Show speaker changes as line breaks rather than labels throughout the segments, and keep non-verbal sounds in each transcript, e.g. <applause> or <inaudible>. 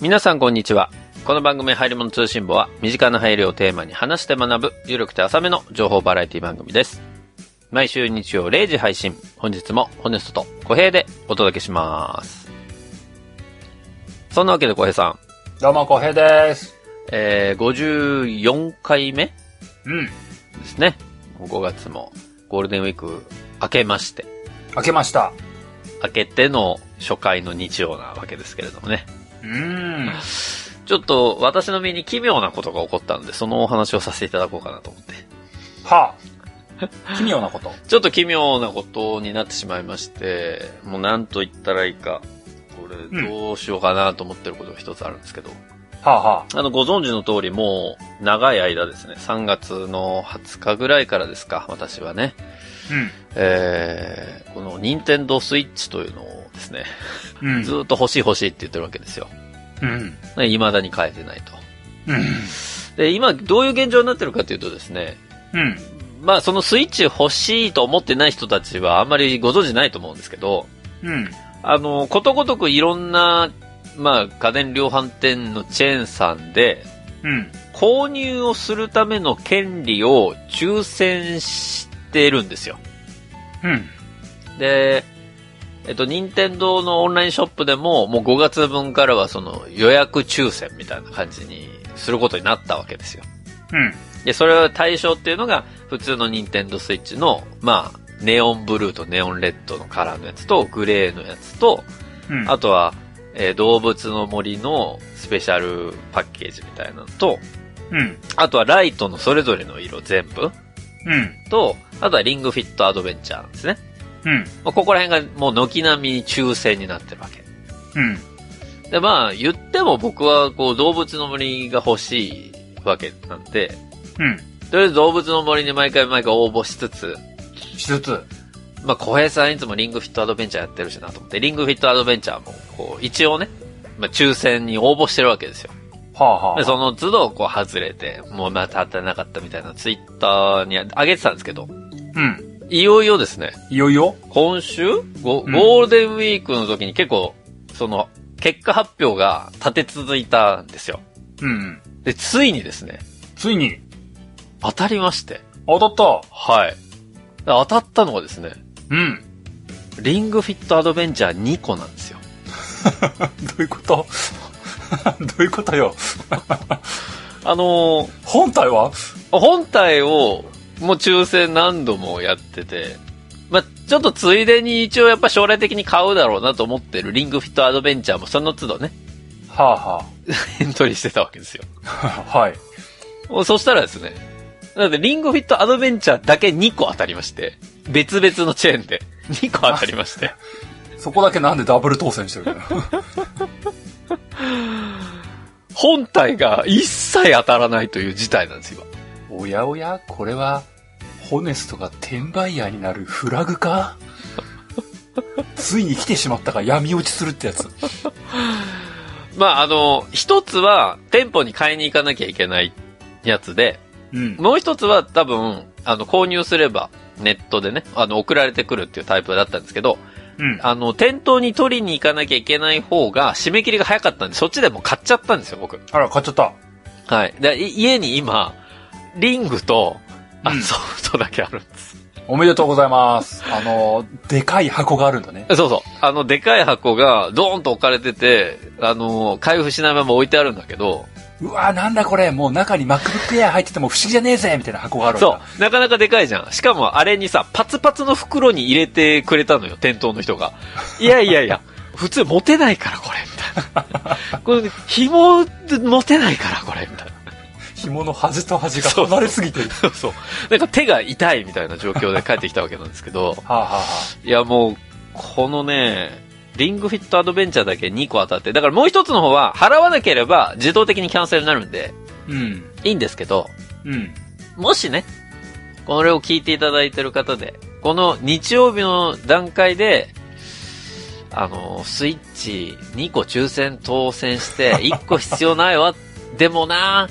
皆さんこんにちは。この番組、入り物通信簿は、身近な入りをテーマに話して学ぶ、ゆるくて浅めの情報バラエティ番組です。毎週日曜0時配信、本日もホネストと小平でお届けします。そんなわけで小平さん、
どうも、こへです。
えー、54回目
うん。
ですね。もう5月もゴールデンウィーク明けまして、
開けました。
明けての初回の日曜なわけですけれどもね。
うーん。
ちょっと私の身に奇妙なことが起こったので、そのお話をさせていただこうかなと思って。
はあ。奇妙なこと。
ちょっと奇妙なことになってしまいまして、もう何と言ったらいいか、これどうしようかなと思ってることが一つあるんですけど、
はあは
あの、ご存知の通りもう長い間ですね、3月の20日ぐらいからですか、私はね、えー、この任天堂スイッチというのをですね、
うん。うん。
ずーっと欲しい欲しいって言ってるわけですよ。
うん。
ね未だに買えてないと。
うん。
で、今どういう現状になってるかというとですね、
うん。
まあそのスイッチ欲しいと思ってない人たちはあんまりご存知ないと思うんですけど、
うん。
あの、ことごとくいろんな、まあ、家電量販店のチェーンさんで、
うん。
購入をするための権利を抽選してるんですよ。
うん。
で、えっと、任天堂のオンラインショップでも、もう5月分からはその予約抽選みたいな感じにすることになったわけですよ。
うん。
で、それは対象っていうのが、普通の任天堂スイッチの、まあ、ネオンブルーとネオンレッドのカラーのやつと、グレーのやつと、
うん。
あとは、えー動物の森のスペシャルパッケージみたいなのと、
うん。
あとはライトのそれぞれの色全部
うん。
と、あとはリングフィットアドベンチャーなんですね。
うん。
まあ、ここら辺がもう軒並み抽選になってるわけ。
うん。
で、まあ、言っても僕はこう動物の森が欲しいわけなんで、
うん。
とりあえず動物の森に毎回毎回応募しつつ、
しつつ。
まあ、小平さんいつもリングフィットアドベンチャーやってるしなと思って、リングフィットアドベンチャーも、こう、一応ね、まあ、抽選に応募してるわけですよ。
はあはあ。
で、その都度、こう、外れて、もうまた当たらなかったみたいなツイッターに上げてたんですけど、
うん。
いよいよですね、
いよいよ
今週ゴ
うん
ゴールデンウィークの時に結構、その、結果発表が立て続いたんですよ。
うん。
で、ついにですね、
ついに、
当たりまして、
当たっ
はい。で当たったのがですね、
た。うん。
リングフィットアドベンチャー2個なんですよ。
どういうことどういうことよ。
あのー
本体は
本体を、もう抽選何度もやってて、まあ、ちょっとついでに一応やっぱ将来的に買うだろうなと思ってるリングフィットアドベンチャーもその都度ね、 <laughs>
はあ
エントリーしてたわけですよ。
はあ。はい。
そしたらですね、なのでリングフィットアドベンチャーだけ2個当たりまして、別々のチェーンで <laughs> 2個当たりまして、
そこだけなんでダブル当選してるの
本体が一切当たらないという事態なんですよ。
おやおや、これは、ホネストが転売ヤーになるフラ
<laughs>
グかついに来てしまったか闇落ちするってやつ。
まあ、あの、一つは店舗に買いに行かなきゃいけないやつで、
うん。
もう一つは多分、あの、購入すれば、ネットでね、あの、送られてくるっていうタイプだったんですけど、
うん。
あの、店頭に取りに行かなきゃいけない方が、締め切りが早かったんで、そっちでもう買っちゃったんですよ、僕。
あら、買っちゃった。
はい。で、い家に今、リングと、あ
うん
ソフトだけあるんです。
おめでとうございます。あの、でかい箱があるんだね。
そうそう。あの、でかい箱が、ドーンと置かれてて、あの、開封しないまま置いてあるんだけど、
うわなんだこれ、もう中に MacBook Air 入ってても不思議じゃねえぜみたいな箱があるんだ。
そう。なかなかでかいじゃん。しかもあれにさ、パツパツの袋に入れてくれたのよ、店頭の人が。いやいやいや、 <laughs> 普通持てないからこれ、みたいな。これ、紐持てないからこれ、みたいな。 <laughs>
紐の端と端が離れすぎてる。
そうそう。なんか手が痛いみたいな状況で帰ってきたわけなんですけど、
はあ、はあはい
やもう、このね、リングフィットアドベンチャーだけ2個当たって、だからもう一つの方は払わなければ自動的にキャンセルになるんで、
あ、うん。
いいんですけど、
うん。
もしね、これを聞いていただいてる方で、この日曜日の段階で、あの、スイッチ2個抽選当選して、1個必要ないわ。でもな、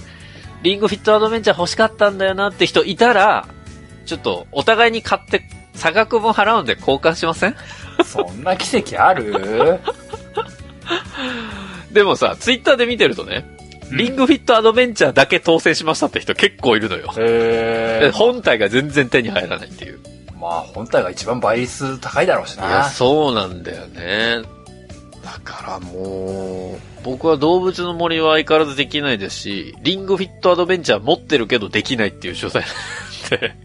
リングフィットアドベンチャー欲しかったんだよなって人いたら、ちょっとお互いに買って、差額分払うんで交換しません
そんな奇跡ある
でもさ、ツイッターで見てるとね、リングフィットアドベンチャーだけ当選しましたって人結構いるのよ。
へ
で
え。
本体が全然手に入らないっていう。い
まあ、本体が一番倍率高いだろうし
や、
な。
そうなんだよね。だからもう、僕は動物の森は相変わらずできないですし、リングフィットアドベンチャー持ってるけどできないっていう所在なんで。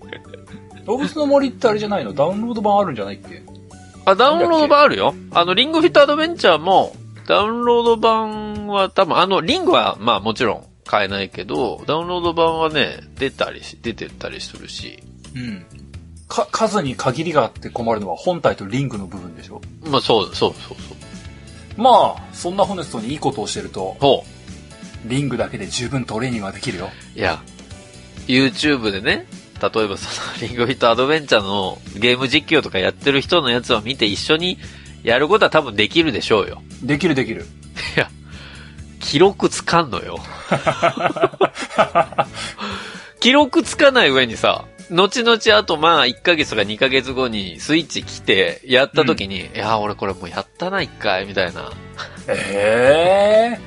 動物の森ってあれじゃないのダウンロード版あるんじゃないっけ
あ、ダウンロード版あるよ。あの、リングフィットアドベンチャーも、ダウンロード版は多分、あの、リングはまあもちろん買えないけど、ダウンロード版はね、出たりし、出てたりするし、
うん。か、数に限りがあって困るのは本体とリングの部分でしょ
まあそう、そうそうそう。
まあ、そんなホネストにいいことをしてると、
ほ
リングだけで十分トレーニングができるよ。
う。いや、YouTube でね、例えばその、リングフィットアドベンチャーのゲーム実況とかやってる人のやつを見て一緒にやることは多分できるでしょうよ。
できるできる。
いや、記録つかんのよ。 <laughs> 記録つかない上にさ、後々あとまあ1ヶ月とか2ヶ月後にスイッチ来てやった時に、いや、俺これもうやったな一回、みたいな。
ええ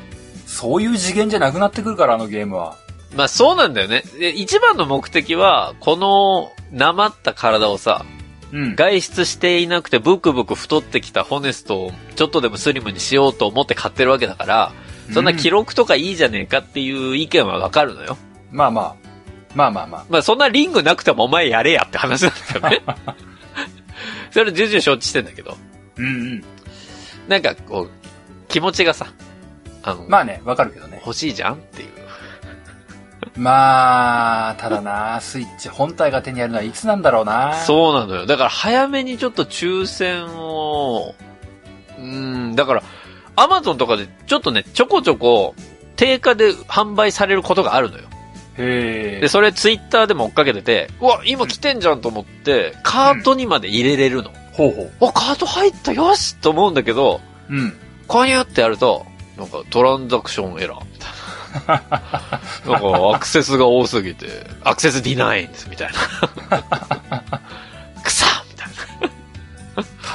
そういう次元じゃなくなってくるから、あのゲームは。
まあそうなんだよね。で一番の目的は、この、なまった体をさ、
うん。
外出していなくてブクブク太ってきたホネストをちょっとでもスリムにしようと思って買ってるわけだから、そんな記
録、
録とかいいじゃねえかっていう意見はわかるのよ。
まあまあ。まあまあまあ。
まあそんなリングなくてもお前やれやって話なんだ <laughs> よね。それ重々承知してんだけど。
うんうん。
なんかこう、気持ちがさ、あの、
まあね、わかるけどね。
欲しいじゃんっていう。
まあ、ただな、スイッチ本体が手にやるのはいつなんだろうな。
そうなのよ。だから早めにちょっと抽選を、うーん、だから、アマゾンとかでちょっとね、ちょこちょこ、定価で販売されることがあるのよ。
へ
で、
え。
それツイッターでも追っかけてて、うわ、今来てんじゃんと思って、カートにまで入れれるの。
ほうほう。
あ、カート入ったよしと思うんだけど、
うん。
購入ってやると、なんかトランザクションエラーみたいな。なんかアクセスが多すぎて、アクセスディナインみたいな。くさみたい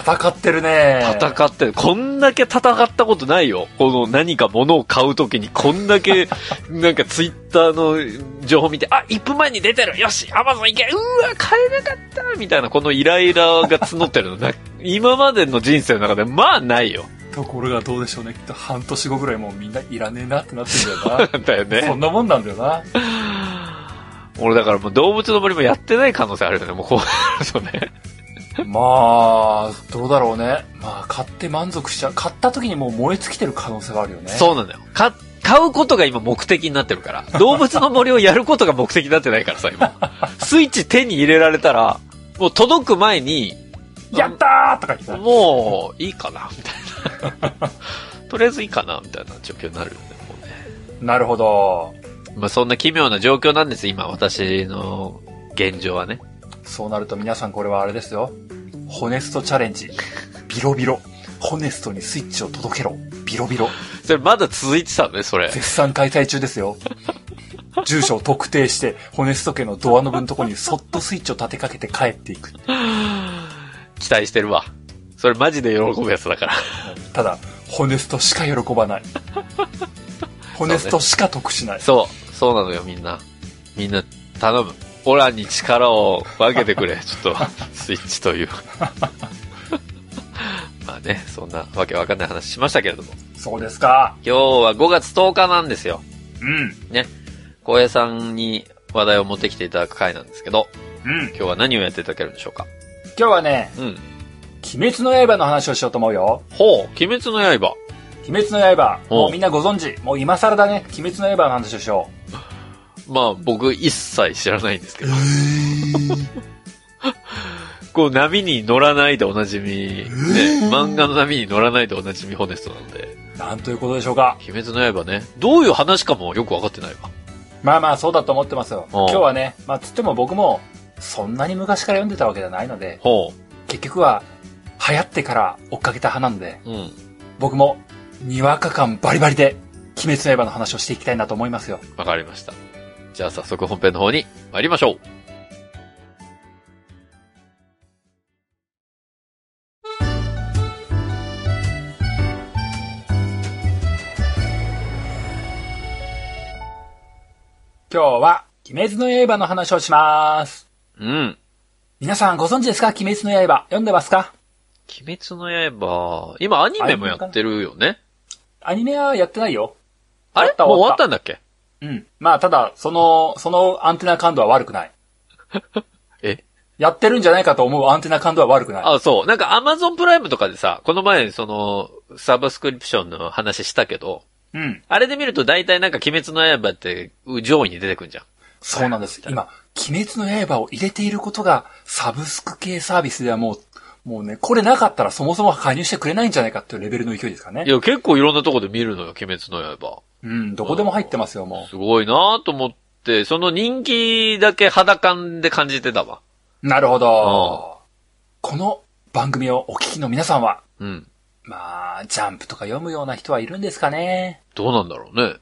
戦ってるね。
な。戦ってる。こんだけ戦ったことないよ。この何か物を買うときにこんだけ、 <laughs> なんかツイッターの情報見て、あ、1分前に出てるよしアマゾン行けうわ買えなかったみたいな、このイライラが募ってるのな。今までの人生の中で、まあないよ。。
ところがどうでしょうね。きっと半年後ぐらいもうみんないらねえなってなってんだよな
だよね。
そんなもんなんだよな。
俺だからもう動物の森もやってない可能性あるよね、もうこうなるとね。
まあ、どうだろうね。まあ、買って満足しちゃう。買った時にもう燃え尽きてる可能性があるよね。
そうなんだよ。か、買うことが今目的になってるから。動物の森をやることが目的になってないからさ、今。スイッチ手に入れられたら、もう届く前に、
やったーとか言
<laughs>
って
もう、いいかな、みたいな。 <laughs> とりあえずいいかな、みたいな状況になるよね、もうね。
た。なるほど。
まあそんな奇妙な状況なんです、今、私の現状はね。
そうなると皆さんこれはあれですよ。ホネストチャレンジ。ビロビロ。ホネストにスイッチを届けろ。ビロビロ。
それまだ続いてたのね、それ。
絶賛開催中ですよ。住所を特定して、ホネスト家のドアノブのとこにそっとスイッチを立てかけて帰っていく。
期待してるわ。それマジで喜ぶやつだから。 <laughs>
ただ、ホネストしか喜ばない。ホネストしか得しない。
そう、そうなのよ、みんな。みんな、頼む。オラに力を分けてくれ。ちょっと、スイッチという。 <laughs> まあね、そんなわけわかんない話しましたけれども。
そうですか。
今日は5月10日なんですよ。
うん。
浩平さんに話題を持ってきていただく回なんですけど、
うん。
今日は何をやっていただけるんでしょうか。
今日はね、
うん。
鬼滅の刃の話をしようと思うよ。
ほう、鬼滅の刃。
鬼滅の刃、
お
もうみんなご存知。もう今更だね、鬼滅の刃の話をしよう。
まあ僕一切知らないんですけど。こう波に乗らないでおなじみ、ね、漫画の波に乗らないでおなじみホネストなので。
なんということでしょうか。
鬼滅の刃ね。どういう話かもよく分かってないわ。
まあまあそうだと思ってますよ。
お
今日はね、まあつっても僕も、そんなに昔から読んでたわけじゃないので、
ほ
結局は、流行ってから追っかけた派なんで、
う。うん。
僕も、にわか感バリバリで、鬼滅の刃の話をしていきたいなと思いますよ。
わかりました。じゃあ早速本編の方に参りましょう。
今日は、鬼滅の刃の話をします。
うん。
皆さんご存知ですか鬼滅の刃。読んでますか
鬼滅の刃、今アニメもやってるよね。
アニメはやってないよ。
あれ
終わった
もう終わ
終わ
っ
った
たんだっけ
うん。まあ、ただ、その、そのアンテナ感度は悪くない。
え
やってるんじゃないかと思うアンテナ感度は悪くない。
あ、そう。なんかアマゾンプライムとかでさ、この前その、サブスクリプションの話したけど、
うん。
あれで見ると大体なんか鬼滅の刃って上位に出てくんじゃん。
そうなんです。今、鬼滅の刃を入れていることが、サブスク系サービスではもう、もうね、これなかったらそもそも加入してくれないんじゃないかっていうレベルの勢いですから
い
ね。
や、結構いろんなとこで見るのよ、鬼滅の刃。
うん、どこでも入ってますよ、も
すごいなと思って、その人気だけ肌感で感じてたわ。
う。なるほど。この番組をお聞きの皆さんは、
うん。
まあ、ジャンプとか読むような人はいるんですかね。
どうなんだろうね。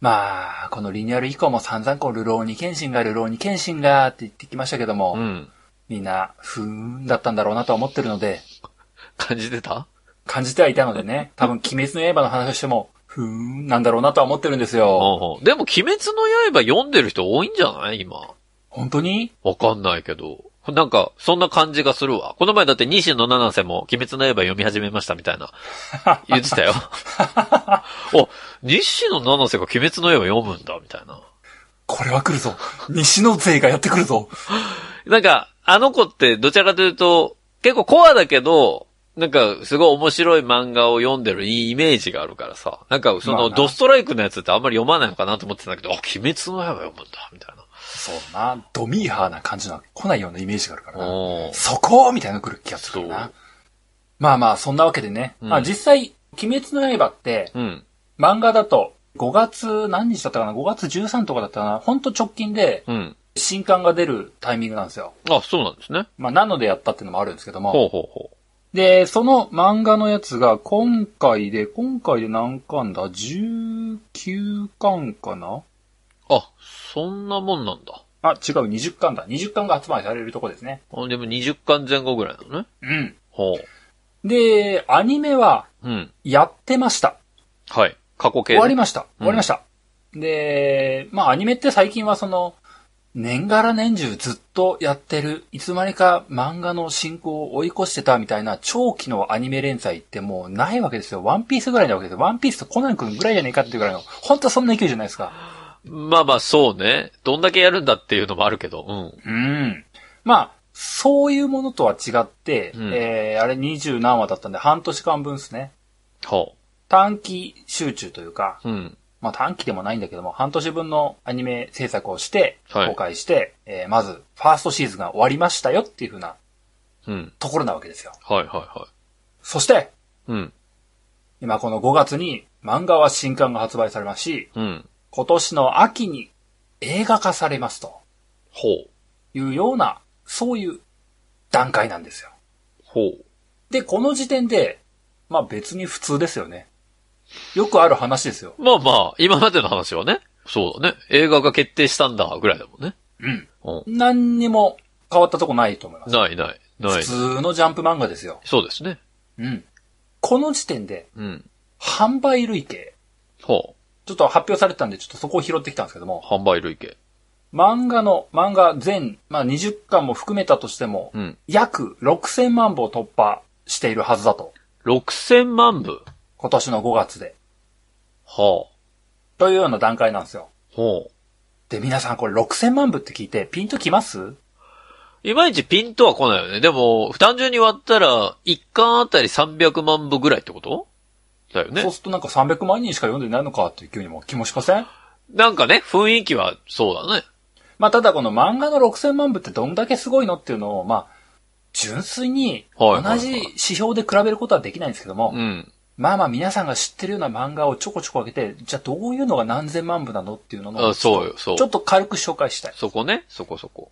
まあ、このリニューアル以降も散々こう、ルローニケンシンが、ルローニケンシンがって言ってきましたけども、
うん。
みんな、ふーんだったんだろうなとは思ってるので、
感じてた
感じてはいたので
<laughs>
ね、多分、鬼滅の刃の話をしても、ふーんなんだろうなとは思ってるんですよ。
うんうんでも、鬼滅の刃読んでる人多いんじゃない今。
本当に
わかんないけど。なんか、そんな感じがするわ。この前だって西野七瀬も鬼滅の刃読み始めましたみた
<laughs>
いな。言ってたよ。 <laughs> お、西野七瀬が鬼滅の刃読むんだ、みたいな。
これは来るぞ。西の勢がやってくるぞ。
なんか、あの子ってどちらかというと、結構コアだけど、なんか、すごい面白い漫画を読んでるいいイメージがあるからさ。なんか、そ
ま
の、
あな
ドストライクのやつってあんまり読まないのかなと思ってたんだけど、あ、鬼滅の刃読むんだ、みたいな。
そうだな、ドミーハーな感じのは来ないようなイメージがあるからな。
おー
そこみたいなの来る気がするから
そ
な
う。
まあまあ、そんなわけでね。
うん
まあ実際、鬼滅の刃って、
うん。
漫画だと、5月何日だったかな ?5 月13とかだったかなほんと直近で
うん。
新刊が出るタイミングなんですよ。
あ、そうなんですね。
まあ、なのでやったっていうのもあるんですけども。
ほうほうほ
で、その漫画のやつが今回で、今回で何巻だ ?19 巻かな
う。あ、そんなもんなんだ。
あ、違う、20巻だ。20巻が発売されるとこですね。
あでも20巻前後ぐらいなのね。
うん。
ほ
で、アニメは
う。うん。
やってました。
はい。過去形
終わり
ね。
ました。終わりました。で、まあアニメって最近はその、年がら年中ずっとやってる、いつまにか漫画の進行を追い越してたみたいな長期のアニメ連載ってもうないわけですよ。ワンピースぐらいなわけですよ。ワンピースとコナン君ぐらいじゃねえかっていうぐらいの、本当はそんな勢いじゃないですか。
まあまあ、そうね。どんだけやるんだっていうのもあるけど。うん。
うん。まあ、そういうものとは違って、
うん
えー、あれ二十何話だったんで半年間分ですね。
ほ
短期集中というか、
う。うん。
まあ短期でもないんだけども、半年分のアニメ制作をして、
はい
公開して、えーまず、ファーストシーズンが終わりましたよっていうふうな
うん。
ところなわけですよ。
はいはいは
そして、
い。うん。
今この5月に漫画は新刊が発売されますし、
うん。
今年の秋に映画化されますと
ほう。
いうような、そういう段階なんですよ。
ほう。
で、この時点で、まあ別に普通ですよね。よくある話ですよ。
まあまあ、今までの話はね。そうだね。映画が決定したんだ、ぐらいだもんね。
うん。
う
何にも変わったとこないと思いま
ん。
す。
ないない。な
普
い。
通のジャンプ漫画ですよ。
そうですね。
うん。この時点で、
うん。
販売累計。
ほ
ちょっと発表されてたんで、ちょっとそこを拾ってきたんですけど
う。
も、
販売類型。
漫画の、漫画全、まあ、20巻も含めたとしても、
うん。
約6000万部を突破しているはずだと。
6000万部。
今年の5月で。
はあ。
というような段階なんですよ。
ほう。
で、皆さんこれ6000万部って聞いて、ピンときます
いまいちピンとは来ないよね。でも、単純に割ったら、1巻あたり300万部ぐらいってことだよ
そう
ね。
するとなんか300万人しか読んでないのかっていう気にも気もしません
なんかね、雰囲気はそうだね。
まあ、ただこの漫画の6000万部ってどんだけすごいのっていうのを、まあ、純粋に
はいはい
同
はい
じ指標で比べることはできないんですけども、
うん。
まあまあ皆さんが知ってるような漫画をちょこちょこ上げて、じゃあどういうのが何千万部なのっていうのを
あそうよ、そう
ちょ。っと軽く紹介したい。
そこね、そこそこ。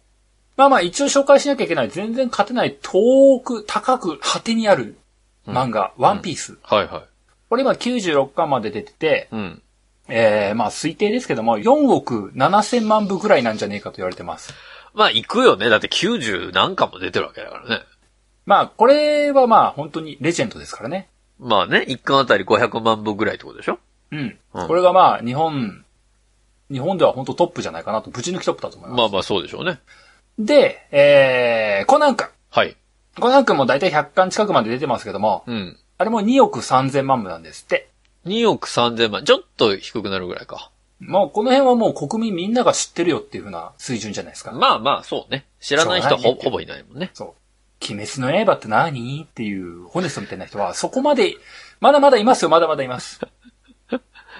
まあまあ一応紹介しなきゃいけない、全然勝てない、遠く、高く、果てにある漫画、ワンピース。
はいは
これ今96巻まで出てて、
い。うん。
えー、まあ推定ですけども、4億7千万部ぐらいなんじゃねえかと言われてます。
まあ、行くよね。だって90何巻も出てるわけだからね。
まあこれはまあ本当にレジェンドですからね。
まあね、1巻あたり500万部ぐらいってことでしょ
うん。
うん
これがまあ、日本日本では本当トップじゃないかなと、ぶち抜きトップだと思います。
まあまあそうでしょうね。
で、えー、コナン君。
はい。
コナン君も大体100巻近くまで出てますけども、
うん。
あれも2億3000万部なんですって。
2億3000万。ちょっと低くなるぐらいか。
もうこの辺はもう国民みんなが知ってるよっていう風な水準じゃないですか。
まあまあ、そうね。知らない人は
しょう
ほ
がないね
ほぼいないもんね。
そう。鬼滅の刃って何っていう、ホネストみたいな人は、そこまで、まだまだいますよ、まだまだいます。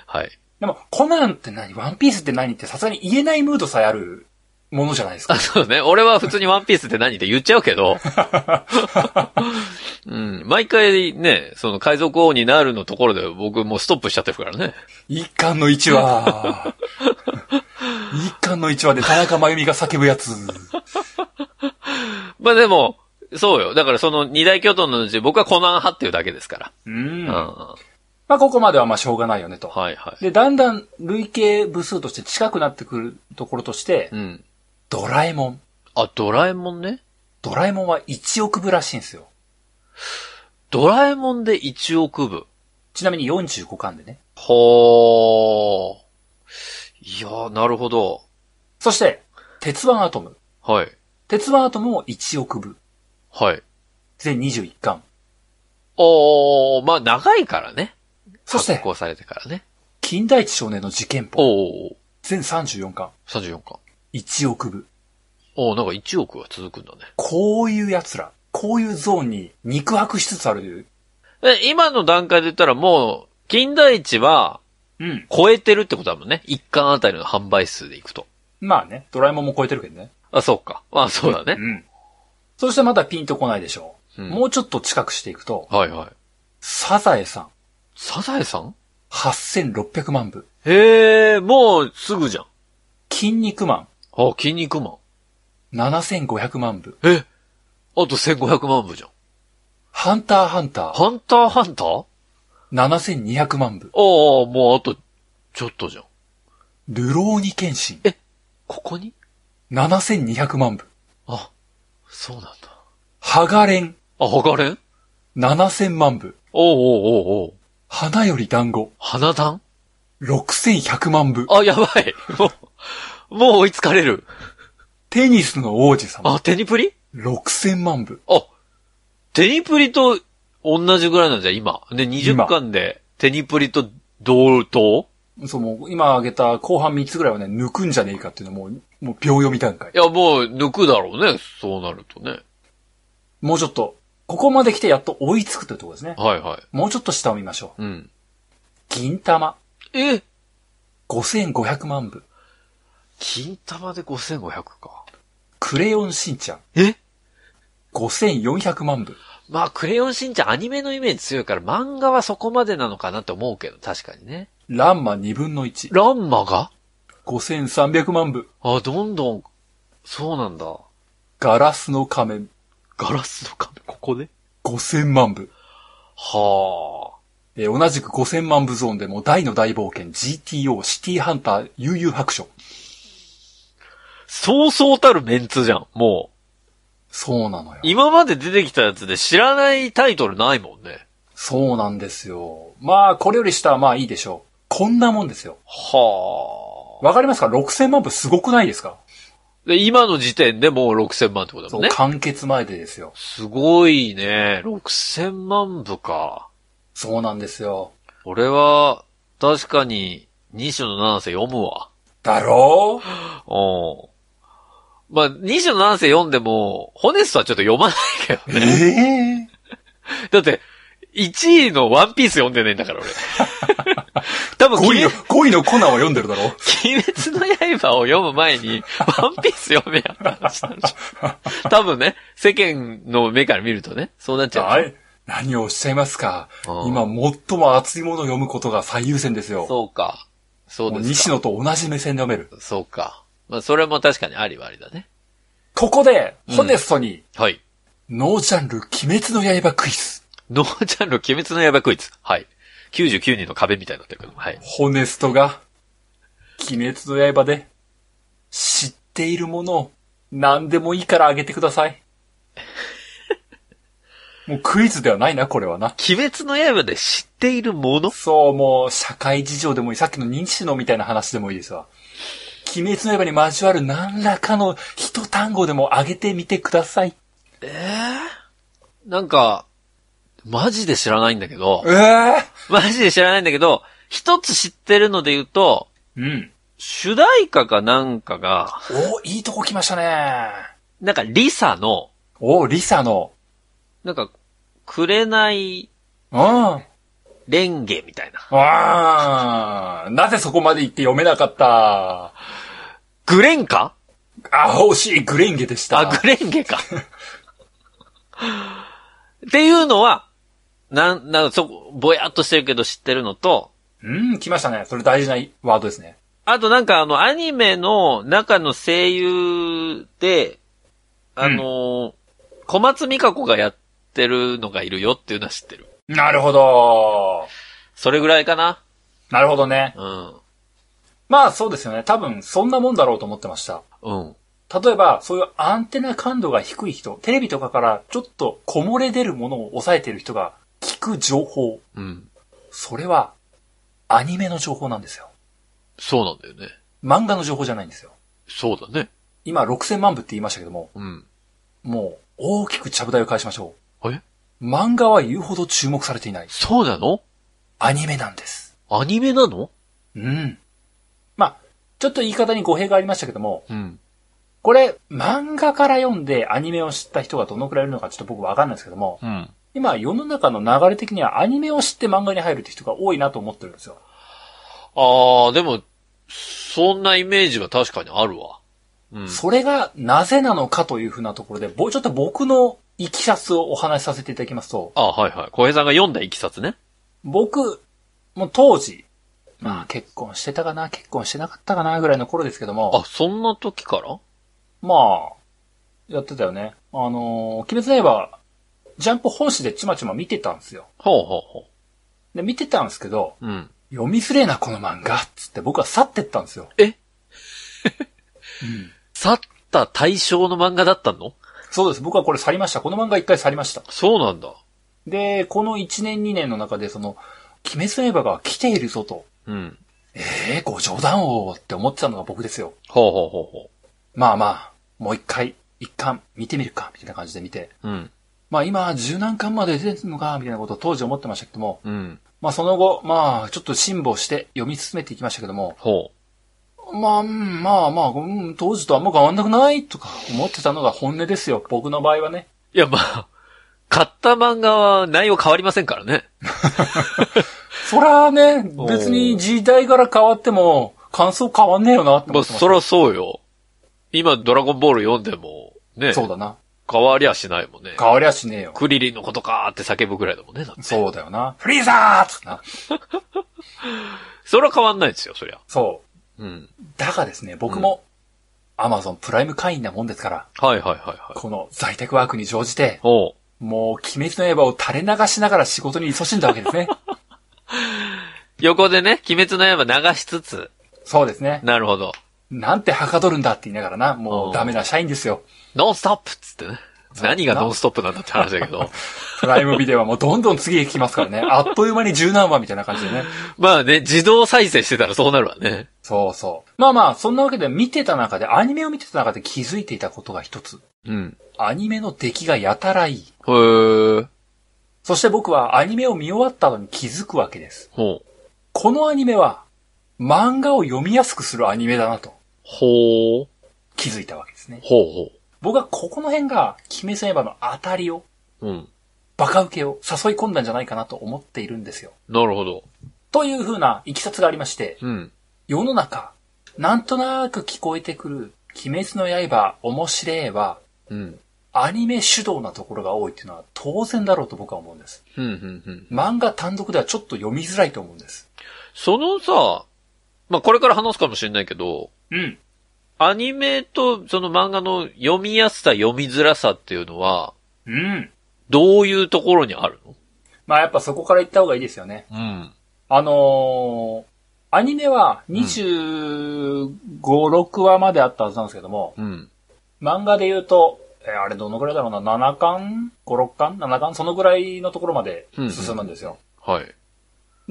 はい。
でも、コナンって何ワンピースって何ってさすがに言えないムードさえあるものじゃないです
あ、
か。
そうね。俺は普通にワンピースって何って言っちゃうけ
<laughs>
ど。うん。毎回ね、その海賊王になるのところで僕もうストップしちゃってるからね。
一巻の一話。一巻の一話で田中真由美が叫ぶやつ。
まあでも、そうよ。だからその二大巨頭のうち僕はコナン派っていうだけですから。
うん。
うん。
ま
は
あ、ここまではまあしょうがないよねと。
いはい。
で、だんだん累計部数として近くなってくるところとして、
うん。
ドラえもん。
あ、ドラえもんね。
ドラえもんは1億部らしいんですよ。
ドラえもんで1億部。
ちなみに45巻でね。
ほー。いやー、なるほど。
そして、鉄腕アトム。
はい。
鉄腕アトムも1億部。
はい。
全21巻。
おー、まあ長いからね。
そして
発行されてからね。
近代一少年の事件簿。
おー、
全34巻。
34巻。
1億部。
おー、なんか1億は続くんだ
こういう奴ら。こういうゾーンに肉薄しつつある。
ね。え、今の段階で言ったらもう、近代一は
うん。
超えてるってことだもんね。1巻あたりの販売数でいくと。
まあね、ドラえもんも超えてるけどね。
あ、そうか。まあそうだ
う
ね。
ん。そしてまだピンとこないでしょう。
うん
もうちょっと近くしていくと、
はいはい。
サザエさん。
サザエさん
8600万部。
へえ、もうすぐじゃん。
筋肉マ
あ、筋肉マン。
ン。7500万部。
えあと1500万部じゃん。
ハンターハンター。
ハンターハンター
7200万部。
ああ、もうあと、ちょっとじゃん。
ルローニケンシン。
ここに
7200万部。
あ、そうなんだ。
ハガレン。
あ、ほかれん
7000万部。
おうおうおうおう。
花より団子。
花壇
6100万部。
あ、やばい。もう、もう追いつかれる。
テニスの王子様。
あ、テニプリ
6000万部。
あ、テニプリと同じぐらいなんじゃ、今。で、20
今
巻で、テニプリと同等
そう、もう今挙げた後半3つぐらいはね、抜くんじゃねえかっていうのもう、もう秒読み段階
い。や、もう抜くだろうね。そうなるとね。
もうちょっと、ここまで来てやっと追いつくというところですね。
はいはい。
もうちょっと下を見ましょう。
うん。
銀玉。
え
5500万部。
金玉で5500か。
クレヨンしんちゃん。
え
5400万部。
まあ、クレヨンしんちゃんアニメのイメージ強いから漫画はそこまでなのかなって思うけど、確かにね。
ランマ2分の1。
ランマが
5300万部。
あ、どんどん、そうなんだ。
ガラスの仮面。
ガラスの壁、ここで
5000万部。
は
えー同じく5000万部ゾーンでも大の大冒険 GTO シティハンター悠々白書。
あ。そうそうたるメンツじゃん、もう。
そうなのよ。
今まで出てきたやつで知らないタイトルないもんね。
そうなんですよ。まあ、これより下はまあいいでしょう。こんなもんですよ。
は
わかりますか ?6000 万部すごくないですか
あ。で、今の時点でもう6000万ってことだ
そ
も
う、
んね。
完結前でですよ。
すごいね。6000万部か。
そうなんですよ。
俺は、確かに、西野七瀬読むわ。
だろう
うん。まあ、西野七瀬読んでも、ホネストはちょっと読まないけど
<laughs> ええ <laughs>
だって、1位のワンピース読んでないんだ
<laughs>
から、俺。多分、
5
鬼
位の、
滅
5位のコナンは読んでるだろう
鬼滅の刃を読む前に、ワンピース読めやった話なんでしょ。多分ね、世間の目から見るとね、そうなっちゃう。
はい。何をおっしゃいますか
うん
今最も熱いものを読むことが最優先ですよ。
そうか。そう
もう
です
西
か。
野と同じ目線で読める。
そうか。まあ、それも確かにありはありだね。
ここで、
うん
ホネストに、
はい。
ノージャンル鬼滅の刃クイズ。
ノージャンル、鬼滅の刃クイズ。はい。99人の壁みたいになってるけど、はい。
ホネストが、鬼滅の刃で、知っているものを何でもいいからあげてくださ
<laughs>
い。もうクイズではないな、これはな。
鬼滅の刃で知っているもの
そう、もう社会事情でもいい。さっきの認知のみたいな話でもいいですわ。鬼滅の刃に交わる何らかの一単語でも上げてみてください。
ええなんか、マジで知らないんだけど
え、え
マジで知らないんだけど、一つ知ってるので言うと、
うん。
主題歌かなんかが、
おいいとこ来ましたね。
なんかリサの、
おリサの。
なんか、くれない
うん。わ
レンゲみたいな。
あなぜそこまで言って読めなかった。
グレンか
あ、惜しい、グレンゲでした。
あ、グレンゲか。っていうのは、なん、なんそこ、ぼやっとしてるけど知ってるのと、
うん、来ましたね。それ大事なワードですね。
あとなんかあの、アニメの中の声優で、あのー小松美香子がやってるのがいるよっていうのは知ってる。
なるほど。
それぐらいかな
なるほどね。
うん。
まあそうですよね。多分そんなもんだろうと思ってました。
うん。
例えば、そういうアンテナ感度が低い人、テレビとかからちょっとこもれ出るものを抑えてる人が聞く情報、
うん。
それはアニメの情報なんですよ。
そうなんだよね。
漫画の情報じゃないんですよ。
そうだね。
今6000万部って言いましたけども、
うん。
もう大きくちゃぶ台を返しましょ
え
う。漫画は言うほど注目されていない。
そうなの
アニメなんです。
アニメなの
うん。まあ、ちょっと言い方に語弊がありましたけども、
うん。
これ、漫画から読んでアニメを知った人がどのくらいいるのかちょっと僕わかんないですけども、
うん。
今世の中の流れ的にはアニメを知って漫画に入るって人が多いなと思ってるんですよ。
あー、でも、そんなイメージは確かにあるわ。うん。
それがなぜなのかというふうなところで、ぼちょっと僕のいきさつをお話しさせていただきますと、
あはいはい。小平さんが読んだいきさつね。
僕、もう当時、まあ結婚してたかな、結婚してなかったかなぐらいの頃ですけども、
あ、そんな時から
まあ、やってたよね。あのー、鬼滅の刃、ジャンプ本誌でちまちま見てたんですよ。
ほうほうほ
で、見てたんですけど、
う。うん。
読みすれえなこの漫画っつって僕は去ってったんですよ。
え
うん
去った対象の漫画だったの
そうです。僕はこれ去りました。この漫画一回去りました。
そうなんだ。
で、この1年2年の中で、その、鬼滅の刃が来ているぞと、
うん。
ええー、ご冗談をって思ってたのが僕ですよ。
ほうほうほうほ
まあまあ、もう一回、一巻見てみるか、みたいな感じで見て。
う。うん。
まあ今、十何巻まで出てるのか、みたいなことを当時思ってましたけども、
うん。
まあその後、まあちょっと辛抱して読み進めていきましたけども、
ほ
まあ、うんまあまあ、うん、当時とあんま変わんなくないとか思ってたのが本音ですよ。僕の場合はね。
う。いや、まあ、買った漫画は内容変わりませんからね。
そらね、別に時代から変わっても、感想変わんねえよなって
ま
思
あ、
ってま
そらそうよ。今、ドラゴンボール読んでも、ね。
そうだな。
変わりゃしないもんね。
変わりゃしねえよ。
クリリンのことかーって叫ぶぐらいだもんね。だって
そうだよな。フリーザーっつってな。
それは変わんないですよ、そりゃ。
そ
うん。
う。だがですね、僕も、アマゾンプライム会員なもんですから、
はいはいはいはい。
この在宅ワークに乗じて、
おう。
もう、鬼滅の刃を垂れ流しながら仕事に勤しんだわけ <laughs> ですね。
横でね、鬼滅の刃流しつつ。
そうですね。
なるほど。
なんてはかどるんだって言いながらな、
う
も
ん
うダメな社員ですよ。
ノンストップっつってね。
そう
何がノンストップなんだって話だけど。 <laughs>
プライムビデオはもうどんどん次へ来ますから <laughs> ね。あっという間に十何話みたいな感じでね。
まあね、自動再生してたらそうなるわね。
そうそう。まあまあ、そんなわけで見てた中で、アニメを見てた中で気づいていたことが一つ。
うん。
アニメの出来がやたらいい。
へー。
そして僕はアニメを見終わった後に気づくわけです。
ほう。
このアニメは、漫画を読みやすくするアニメだなと
ほう。
気づいたわけですね。
ほうほ
僕はここの辺が、鬼滅の刃の当たりを、
う。うん。
バカ受けを誘い込んだんじゃないかなと思っているんですよ。
なるほど。
という風な行きさつがありまして、
うん。
世の中、なんとなく聞こえてくる、鬼滅の刃、面白えは、
うん。
アニメ主導なところが多いっていうのは当然だろうと僕は思うんです。
うん、うん、うん。
漫画単独ではちょっと読みづらいと思うんです。
そのさ、まあこれから話すかもしれないけど、
うん。
アニメとその漫画の読みやすさ、読みづらさっていうのは、
うん。
どういうところにあるの
まあやっぱそこから言った方がいいですよね。
うん。
あのー、アニメは25、6話まであったはずなんですけども、
うん。
漫画で言うと、えーあれどのぐらいだろうな、7巻 ?5、6巻 ?7 巻そのぐらいのところまで進むんですよ。
はい。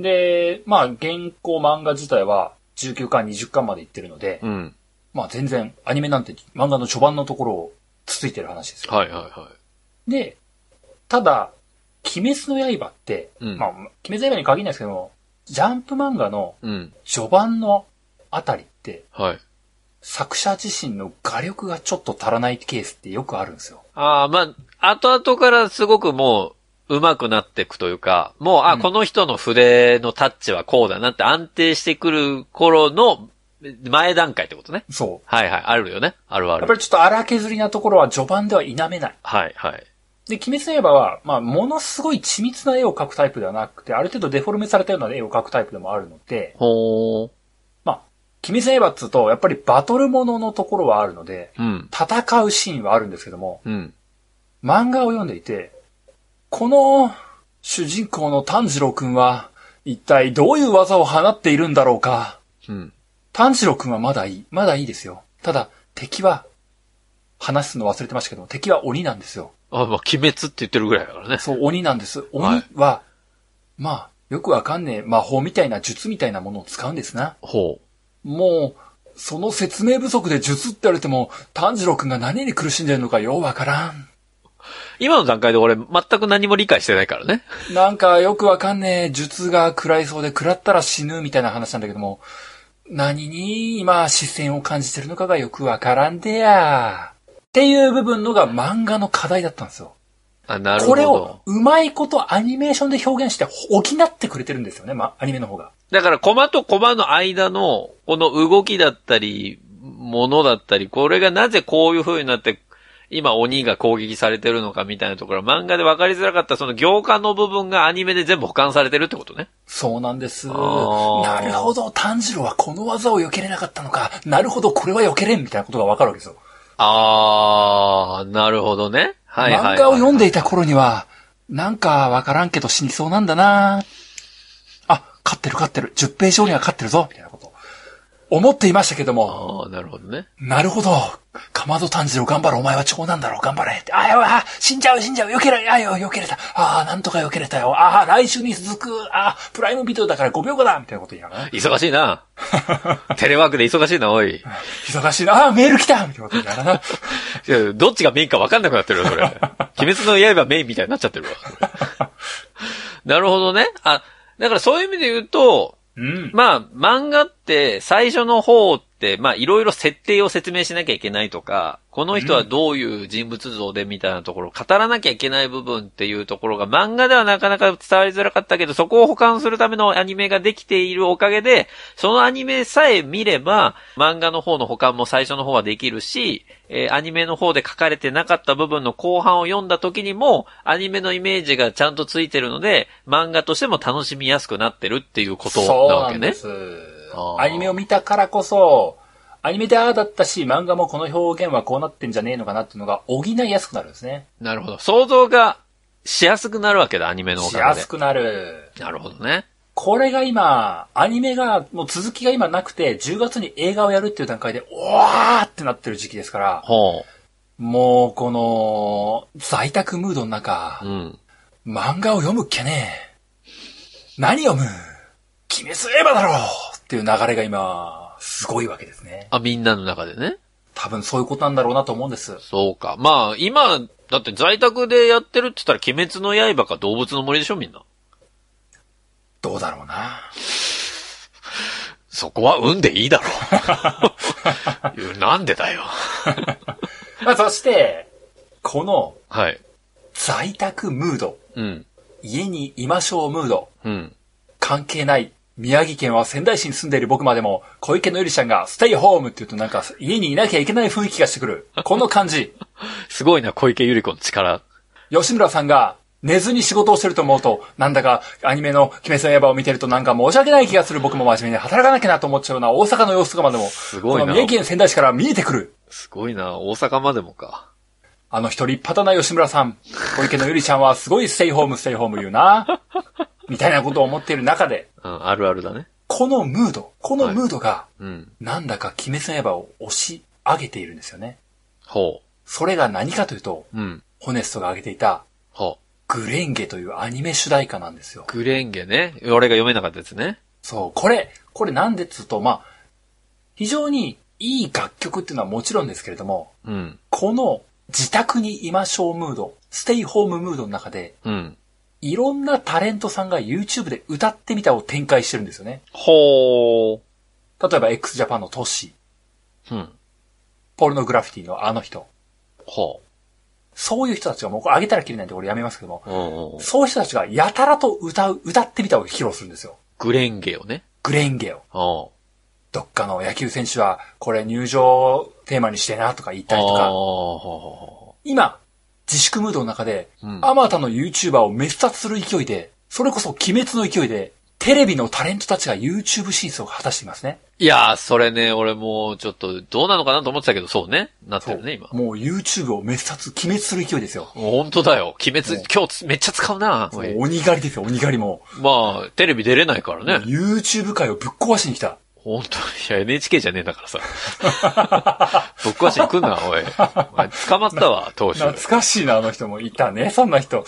で、まあ、現行漫画自体は19巻、20巻までいってるので、
うん。
まあ全然、アニメなんて漫画の序盤のところをつついてる話ですよ。
はいはいは
で、ただ、鬼滅の刃って、
い。うん。
まあ、鬼滅の刃に限らないですけども、ジャンプ漫画の
うん。
序盤のあたりって、
はい。
作者自身の画力がちょっと足らないケースってよくあるんですよ。
ああ、まあ、後々からすごくもう、上手くなっていくというか、もう、あ、
うん
この人の筆のタッチはこうだなって安定してくる頃の前段階ってことね。
そう。
はいはい。あるよね。あるあ
やっぱ
る。
りちょっと荒削りなところは序盤では否めない。
はいはい。
で、鬼滅の刃は、まあ、ものすごい緻密な絵を描くタイプではなくて、ある程度デフォルメされたような絵を描くタイプでもあるので、
ほー。
鬼滅の刃っつうと、やっぱりバトルもののところはあるので、
うん。
戦うシーンはあるんですけども、
うん。
漫画を読んでいて、この主人公の炭治郎くんは、一体どういう技を放っているんだろうか。
うん。
炭治郎くんはまだいい。まだいいですよ。ただ、敵は、話すの忘れてましたけども、敵は鬼なんですよ。
あ、まあ、鬼滅って言ってるぐらいだからね。
そう、鬼なんです。鬼
はい
は、まあ、よくわかんねえ魔法みたいな術みたいなものを使うんですな。
ほ
もう、その説明不足で術って言われても、炭治郎くんが何に苦しんでるのかようわからん。
う。今の段階で俺全く何も理解してないからね。
なんかよくわかんねえ術が食らいそうで食らったら死ぬみたいな話なんだけども、何に今視線を感じてるのかがよくわからんでや。っていう部分のが漫画の課題だったんですよ。
あ、なる
こ
ほ
れを
ど。
うまいことアニメーションで表現して補ってくれてるんですよね、ま、アニメの方が。
だから、コマとコマの間の、この動きだったり、ものだったり、これがなぜこういう風になって、今鬼が攻撃されてるのかみたいなところ、漫画で分かりづらかったその行間の部分がアニメで全部保管されてるってことね。
そうなんです。
あ
な
ー
るほど、炭治郎はこの技を避けれなかったのか。なるほど、これは避けれん、みたいなことがわかるわけですよ。
あー、なるほどね。はいはいはい、
漫画を読んでいた頃には、なんかわからんけど死にそうなんだなあ、勝ってる勝ってる。10ページ上には勝ってるぞ、みたいなこと。思っていましたけども、
あー、なるほどね。
なるほど。かまど炭治郎頑張れ、お前は長男だろう、頑張れ。あやわ、死んじゃう、死んじゃう、避けれ、あよ、避けれた。ああ、なんとか避けれたよ。ああ、来週に続く。ああ、プライムビデオだから5秒後だ、みたいなこと言いながらね。
忙しい <laughs> な。テレワークで忙しいな、おい。
忙しいな。あー、メール来たみたいなことにならな。
いやどっちがメインか分かんなくなってるよ、それ。鬼滅の刃メインみたいになっちゃってるわ。なるほどね。あ、だからそういう意味で言うと、
うん。
まあ、漫画って最初の方って、まあ、いろいろ設定を説明しなきゃいけないとか、この人はどういう人物像でみたいなところを語らなきゃいけない部分っていうところが漫画ではなかなか伝わりづらかったけど、そこを補完するためのアニメができているおかげで、そのアニメさえ見れば、漫画の方の補完も最初の方はできるし、えーアニメの方で書かれてなかった部分の後半を読んだ時にも、アニメのイメージがちゃんとついてるので、漫画としても楽しみやすくなってるっていうことな
そう
わ
な
け
ん
ね。
です。
あー
アニメを見たからこそ、アニメでああだったし、漫画もこの表現はこうなってんじゃねえのかなっていうのが補いやすくなるんですね。
なるほど。想像がしやすくなるわけだ、アニメのお
し
か
や。
げです
くなる。
なるほどね。
これが今、アニメが、もう続きが今なくて、10月に映画をやるっていう段階で、おわーってなってる時期ですから、
ほ
もうこの、在宅ムードの中、
う。うん。
漫画を読むっきゃね何読む鬼滅エヴァだろうっていう流れが今、すごいわけですね。
あ、みんなの中でね。
多分そういうことなんだろうなと思うんです。
そうか。まあ、今、だって在宅でやってるって言ったら、鬼滅の刃か動物の森でしょ、みんな。
どうだろうな。
そこは運でいいだろ <laughs> う。いやなんでだよ。
まあ、そして、この
はい。
在宅ムード、
うん。
家にいましょうムード、
うん。
関係ない。宮城県は仙台市に住んでいる僕までも、小池のゆりちゃんがステイホームって言うとなんか家にいなきゃいけない雰囲気がしてくる。この感じ。
すごいな、小池百合子の力。
吉村さんが寝ずに仕事をしてると思うと、なんだかアニメの鬼滅の刃を見てるとなんか申し訳ない気がする僕も真面目に働かなきゃなと思っちゃうような大阪の様子とかまでも、
すごい
この
な。
三重県仙台市から見えてくる。
すごいな、大阪までもか。
あの一人っ端な吉村さん、小池のゆりちゃんはすごいステイホームステイホーム言うな、みたいなことを思っている中で、
うん、あるあるだね。
このムード、このムードが、
うん。
なんだか鬼滅の刃を押し上げているんですよね。
ほ
それが何かというと、
う。うん。
ホネストが挙げていた、
ほ
グレンゲというアニメ主題歌なんですよ
う。。グレンゲね。俺が読めなかったやつね。
そう、これ、これなんでっつうと、まあ、非常にいい楽曲っていうのはもちろんですけれども、
うん。
この自宅にいましょうムード、ステイホームムードの中で、
うん。
いろんなタレントさんが YouTube で歌ってみたを展開してるんですよね。
ほー。
例えば XJAPAN のトッシー、
うん。
ポルノグラフィティのあの人。
ほ
そういう人たちが、もうこれ上げたらきりなんで俺やめますけども、
う。うんうん。
そういう人たちがやたらと歌う、歌ってみたを披露するんですよ。
グレンゲをね。
グレンゲを。
あ
どっかの野球選手は、これ入場テーマにしてなとか言った
あ
りと
ああ、
か、
ほうほ
今、自粛ムードの中で、
うほう。うん。
あまたの YouTuber を滅殺する勢いで、それこそ鬼滅の勢いで、テレビのタレントたちが YouTube 進出を果たしていますね。
いやー、それね、俺もうちょっと、どうなのかなと思ってたけど、そうね。なってるね、今。
もう YouTube を滅殺、鬼滅する勢いですよ。
本当だよ。鬼
うん
滅、今日つめっちゃ使うな。おい
鬼狩りですよ、鬼狩りも。
まあ、テレビ出れないからね。
YouTube 界をぶっ壊しに来た。
本当いや、NHK じゃねえんだからさ。 <laughs> ぶっ壊しに来んな、おい。お前捕まったわ、当
懐
初。
かしいな、あの人も。いたね、そん
<laughs>
な人。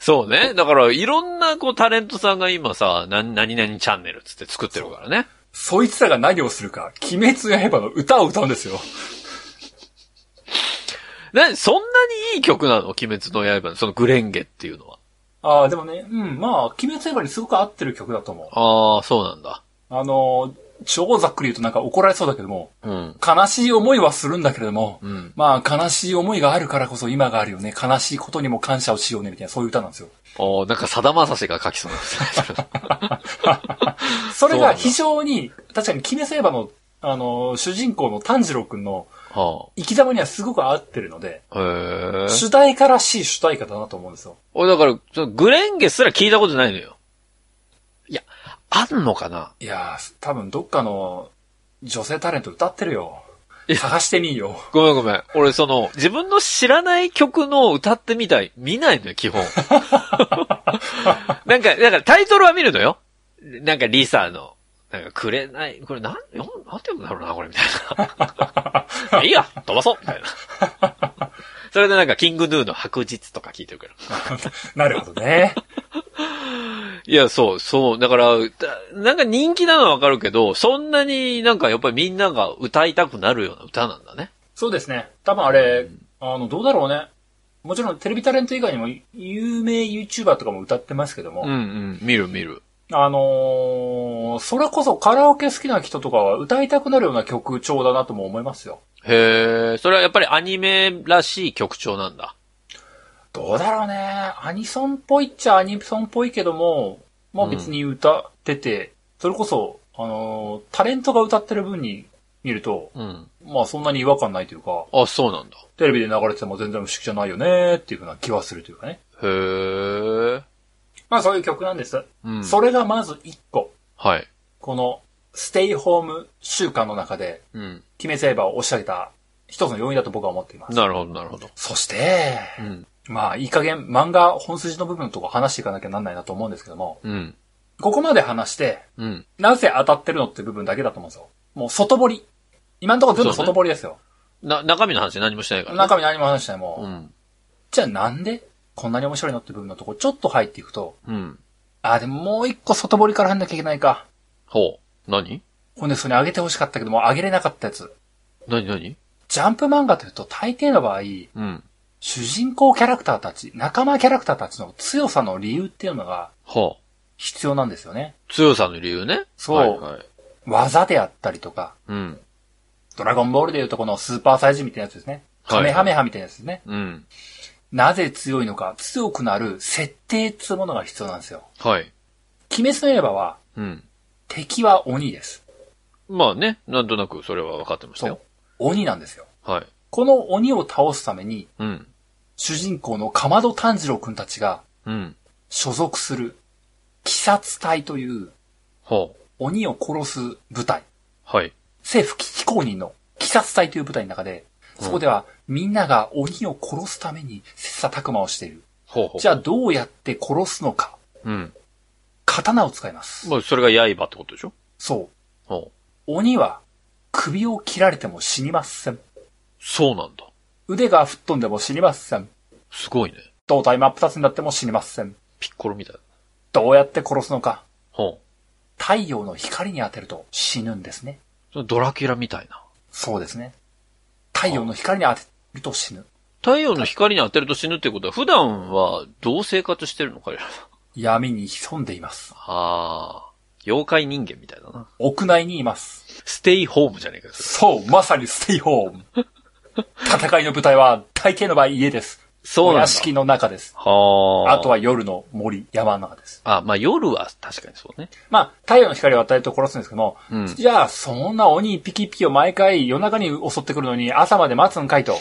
そうね。だから、いろんな、こう、タレントさんが今さ、な、何々チャンネルっつって作ってるからね。
そいつらが何をするか、鬼滅や刃の歌を歌うんですよ。
な、そんなにいい曲なの鬼滅の刃の、そのグレンゲっていうのは。
ああ、でもね、うん、まあ、鬼滅や刃にすごく合ってる曲だと思う。
ああ、そうなんだ。
あのー、超ざっくり言うとなんか怒られそうだけども、
うん。
悲しい思いはするんだけれども、
うん。
まあ、悲しい思いがあるからこそ今があるよね。悲しいことにも感謝をしようね、みたいな、そういう歌なんですよ。
おーなんか、さだまさしが書きそうなんです <laughs> ね。
それ
そうな
が
んだ
非常に、確かに鬼滅や刃の、あのー、主人公の炭治郎くんの
は
生き様にはすごく合ってるので、
あ、へえ。
主題歌らしい主題歌だなと思うんですよ。
俺だから、そのグレンゲすら聞いたことないのよ。いや、あんのかない
やー、多分どっかの女性タレント歌ってるよ
い。や
探してみんよ。
ごめんごめん。俺その、自分の知らない曲の歌ってみたい、見ないのよ、基本。 <laughs> なんか、だからタイトルは見るのよ。なんかリサの、なんかくれない、これなん、よなんて読むんだろうな、これみたい <laughs> な。いいや、飛ばそうみたいな。それでなんか、キングヌーの白日とか聞いてるから。
なるほどね。
いや、そう、そう。だから、だなんか人気なのはわかるけど、そんなになんかやっぱりみんなが歌いたくなるような歌なんだね。
そうですね。多分あれ、あの、どうだろうね。もちろんテレビタレント以外にも有名 YouTuber とかも歌ってますけども、
うんうん。見る見る。
あのー、それこそカラオケ好きな人とかは歌いたくなるような曲調だなとも思いますよ。
へえ、それはやっぱりアニメらしい曲調なんだ。
どうだろうね。アニソンっぽいっちゃアニソンっぽいけども、まあ別に歌ってて、それこそ、あのー、タレントが歌ってる分に見ると、
うん。
まあそんなに違和感ないというか、
あ、そうなんだ。
テレビで流れてても全然不思議じゃないよねっていうふうな気はするというかね。
へえ。
まあそういう曲なんです。
うん。
それがまず一個。
はい。
このステイホーム習慣の中で、
うん。
鬼滅刃を押し上げた一つの要因だと僕は思っています。
なるほど、なるほど。
そして、
うん。
まあいい加減漫画本筋の部分のとこ話していかなきゃなんないなと思うんですけども、
うん。
ここまで話して、
うん。
なぜ当たってるのって部分だけだと思うんですよ。もう外堀。今のところ全部
そう
外
ね
堀ですよ。
な、中身の話何もしないから、ね。
中身何も話してないもう、
うん。
じゃあなんでこんなに面白いのって部分のとこちょっと入っていくと、
うん。
あ、でももう一個外堀から入んなきゃいけないか。
ほう。何
ほんで、それ上げて欲しかったけども、上げれなかったやつ。
何何
ジャンプ漫画というと、大抵の場合、
うん。
主人公キャラクターたち、仲間キャラクターたちの強さの理由っていうのが
ほう。
必要なんですよね。
強さの理由ね。
そう
はいはい。
技であったりとか、
うん。
ドラゴンボールでいうとこのスーパーサイズみたいなやつですね。
はい
カ
はい
メハメハみたいなやつですね。
うん。
なぜ強いのか、強くなる設定っていうものが必要なんですよ。
はい。
鬼滅の刃は、
うん。
敵は鬼です。
まあね、なんとなくそれは分かってましたよ。
鬼なんですよ。
はい。
この鬼を倒すために、
うん。
主人公のかまど炭治郎くんたちが
うん。
所属する、鬼殺隊という
ほう。
鬼を殺す部隊、
はい。
政府非公認の鬼殺隊という部隊の中で、そこではみんなが鬼を殺すために切磋琢磨をしている。
ほうほう。
じ
ゃ
ゃあどうやって殺すのか、
うん。
刀を使います。
まあ、それが刃ってことでしょ
そう。
ほう。
鬼は首を切られても死にません。
そうなんだ。
腕が吹っ飛んでも死にません。
すごいね。
胴体真っ二つになっても死にません。
ピッコロみたいだ。
どうやって殺すのか。
ほう。
太陽の光に当てると死ぬんですね。
そのドラキュラみたいな。
そうですね。太陽の光に当てると死ぬ。
太陽の光に当てると死ぬってことは、普段はどう生活してるのかよ。
闇に潜んでいます。
ああ、妖怪人間みたいだな。
屋内にいます。
ステイホームじゃねえかよ、それ
そう、まさにステイホーム。戦いの舞台は、大抵の場合家です。
そう
お
なん
屋
だ。
敷の中です。
はあ。
あとは夜の森、山の中です。
あ、まあ夜は確かにそうね。
まあ、太陽の光を与えると殺すんですけども、
うん
じゃあ、そんな鬼一匹一匹を毎回夜中に襲ってくるのに、朝まで待つんかいと。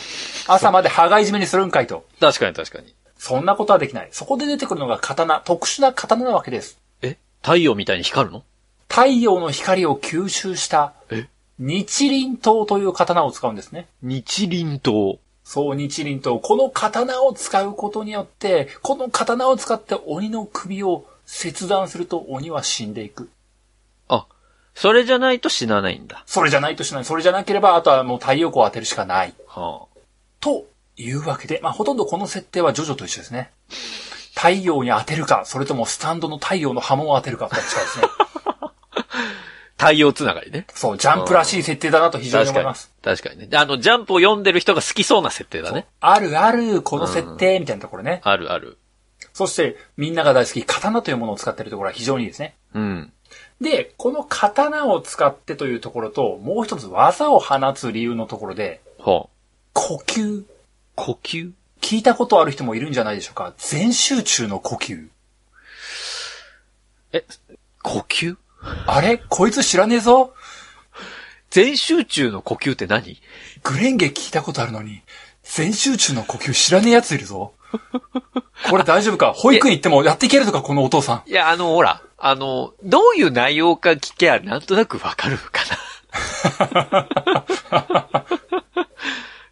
朝まで羽がいじめにするんかいと。
確かに確かに。
そんなことはできない。そこで出てくるのが刀、特殊な刀なわけです。
え太陽みたいに光るの
太陽の光を吸収した
え、
日輪刀という刀を使うんですね。
日輪刀。
そう、日輪刀。この刀を使うことによって、この刀を使って鬼の首を切断すると鬼は死んでいく。
あ、それじゃないと死なないんだ。
それじゃないとしない。それじゃなければ、あとはもう太陽光を当てるしかない。
は
というわけで、まあ、ほとんどこの設定はジョジョと一緒ですね。太陽に当てるか、それともスタンドの太陽の波紋を当てるか、どっち
<laughs>
かですね。
あ。太陽つながりね。
そう、ジャンプらしい設定だなと非常に
確
思
か
い
に
ます。。
確かにね。あの、ジャンプを読んでる人が好きそうな設定だね。
あるある、この設定、みたいなところね。
あるある。
そして、みんなが大好き、刀というものを使ってるところは非常にいいですね。
うん。
で、この刀を使ってというところと、もう一つ技を放つ理由のところで、
はあ。
呼吸。
呼吸
聞いたことある人もいるんじゃないでしょうか。全集中の呼吸。
呼吸
あれこいつ知らねえぞ
全集中の呼吸って何
グレンゲ聞いたことあるのに、全集中の呼吸知らねえやついるぞ。これ大丈夫 <laughs> か保育園行ってもやっていけるとか、このお父さん。
いや、あの、ほら、あの、どういう内容か聞けばなんとなくわかるか
<laughs>
な。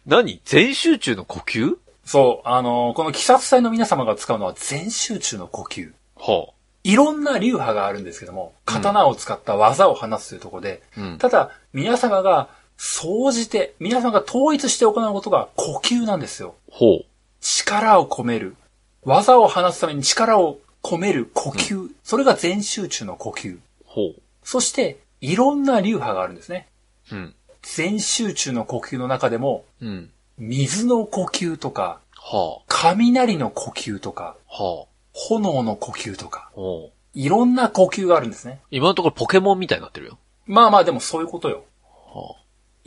何全集中の呼吸
そう、あのーこの鬼殺隊の皆様が使うのは全集中の呼吸。
はい
ろんな流派があるんですけども、刀を使った技を放つというところで、
あ。うん。
ただ、皆様が、総じて、皆様が統一して行うことが呼吸なんですよ。
ほう。
力を込める。技を放つために力を込める呼吸。それが全集中の呼吸。
ほう。
そして、いろんな流派があるんですね。
うん。
全集中の呼吸の中でも、
うん。
水の呼吸とか、
は
雷の呼吸とか、
あ。はあ。
炎の呼吸とか、
ほう。
いろんな呼吸があるんですね。
今のところポケモンみたいになってるよ。
まあまあでもそういうことよ。
は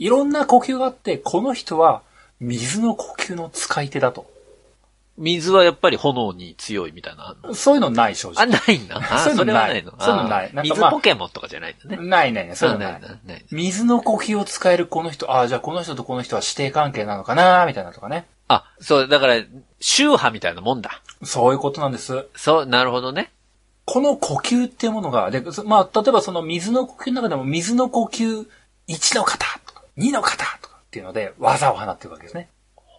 い
ろんな呼吸があって、この人は水の呼吸の使い手だと。
あ。水はやっぱり炎に強いみたいなのあんの
そういうのない正
あ、
直。
ないんだ。あ、
そういうの
それは
な
ないいの。
そういうのない
あー
なんか
水
まあ
ポケモンとかじゃないんだね。
ないないない、そういう
あ
のない。
ないない。
水の呼吸を使えるこの人、ああ、じゃあこの人とこの人は指定関係なのかなみたいなとかね。
あ、そう、だから、宗派みたいなもんだ。
そういうことなんです。
そう、なるほどね。
この呼吸っていうものが、で、そまあ、例えばその水の呼吸の中でも水の呼吸1の方とか2の方とかっていうので技を放っていくわけですね。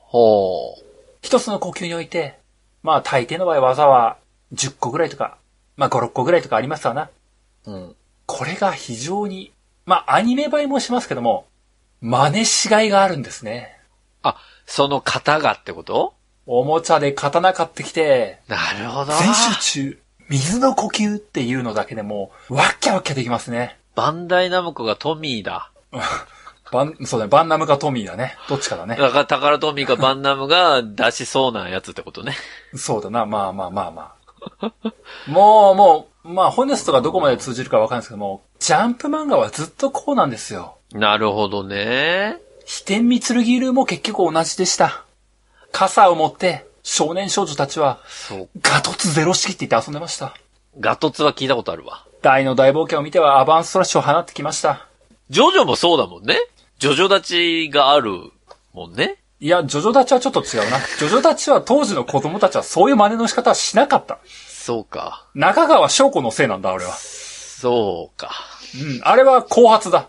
ほう。
一つの呼吸において、まあ大抵の場合技は10個ぐらいとか、まあ5、6個ぐらいとかありますわな。
うん。
これが非常に、まあアニメ映えもしますけども、真似しがいがあるんですね。
あ、その型がってこと
おもちゃで刀買ってきて、
なるほど。
全集中、水の呼吸っていうのだけでも、わっきゃわっきゃできますね。
バンダイナムコがトミーだ。
バン、そうだね、バンナムかトミーだね。どっちかだね。
だから、タカラトミーかバンナムが出しそうなやつってことね。
そうだな、まあまあまあまあ。もう、もう、まあ、ホネストがどこまで通じるかわかんないですけども、ジャンプ漫画はずっとこうなんですよ。
なるほどね。
飛天三剣流も結局同じでした。傘を持って、少年少女たちは、
そう。
ガトツゼロ式って言って遊んでました。
ガトツは聞いたことあるわ。
大の大冒険を見てはアバンストラッシュを放ってきました。
ジョジョもそうだもんね。ジョジョ立ちがあるもんね。
いや、ジョジョたちはちょっと違うな。ジョジョたちは当時の子供たちはそういう真似の仕方はしなかった。
そうか。
中川翔子のせいなんだ、俺は。
そうか。
うん、あれは後発だ。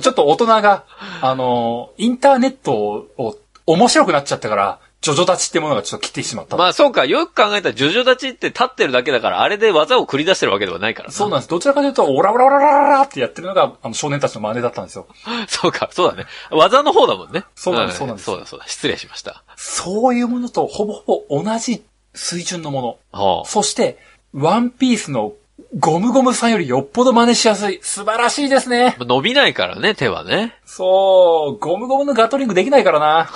ちょっと大人が、あのーインターネットを面白くなっちゃったから、ジョジョ立ちってものがちょっと来てしまった。
まあそうか。よく考えたら、ジョジョ立ちって立ってるだけだから、あれで技を繰り出してるわけではないからな
そうなんです。どちらかというと、オラオラオラオラオラってやってるのが、あの、少年たちの真似だったんですよ。
<laughs> そうか、そうだね。技の方だもんね。
そうなん
ん
ですそうなんです
そうだ、そうだ。失礼しました。
そういうものとほぼほぼ同じ水準のもの。
はあ、
そして、ワンピースのゴムゴムさんよりよっぽど真似しやすい。素晴らしいですね。
伸びないからね、手はね。
そう、ゴムゴムのガトリングできないからな。